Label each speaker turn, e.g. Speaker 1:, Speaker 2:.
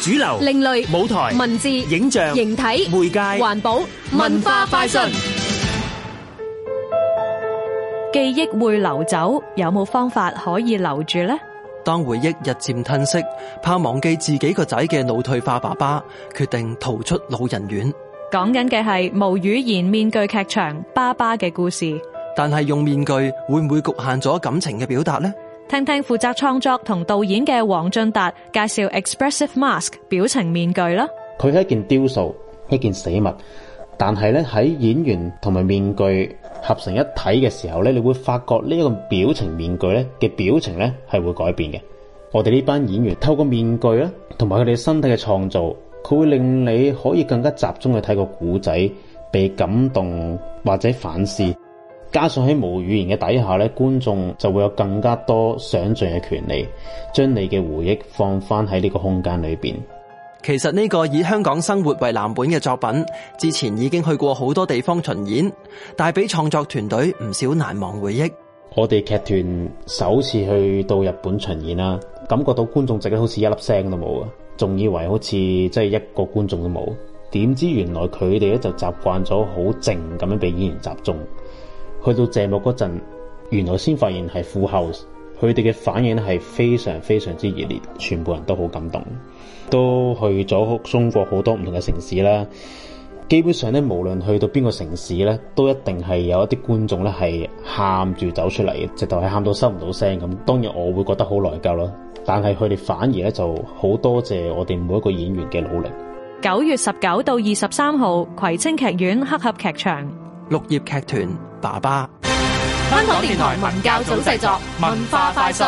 Speaker 1: 主流、
Speaker 2: 另類
Speaker 1: 舞台、
Speaker 2: 文字、
Speaker 1: 影像、
Speaker 2: 形體、
Speaker 1: 媒介
Speaker 2: 環保、文化快訊。
Speaker 3: 記憶會流走，有冇方法可以留住呢？
Speaker 4: 當回憶日漸褪色，怕忘記自己個仔嘅腦退化，爸爸決定逃出老人院。
Speaker 3: 講緊嘅係無語言面具劇場《爸爸嘅故事》，
Speaker 4: 但係用面具會唔會局限咗感情嘅表達呢？
Speaker 3: 聽聽負責創作同導演嘅黃俊達介紹 Expressive Mask 表情面具啦。
Speaker 5: 佢係一件雕塑，一件死物，但係咧喺演員同埋面具合成一體嘅時候咧，你會發覺呢一個表情面具咧嘅表情咧係會改變嘅。我哋呢班演員透過面具啦，同埋佢哋身體嘅創造，佢會令你可以更加集中去睇個古仔，被感動或者反思。加上喺無語言嘅底下咧，觀眾就會有更加多想像嘅權利，將你嘅回憶放翻喺呢個空間裏邊。
Speaker 4: 其實呢個以香港生活為藍本嘅作品，之前已經去過好多地方巡演，帶俾創作團隊唔少難忘回憶。
Speaker 5: 我哋劇團首次去到日本巡演啦，感覺到觀眾席咧好似一粒聲都冇啊，仲以為好似即係一個觀眾都冇。點知原來佢哋咧就習慣咗好靜咁樣俾演員集中。去到謝幕嗰陣，原來先發現係 full house，佢哋嘅反應咧係非常非常之熱烈，全部人都好感動。都去咗中國好多唔同嘅城市啦，基本上咧無論去到邊個城市咧，都一定係有一啲觀眾咧係喊住走出嚟嘅，直頭係喊到收唔到聲咁。當然我會覺得好內疚啦，但係佢哋反而咧就好多謝我哋每一個演員嘅努力。
Speaker 3: 九月十九到二十三號，葵青劇院黑盒劇場。
Speaker 4: 綠葉劇團爸爸。
Speaker 2: 香港電台文教組製作，文化快訊。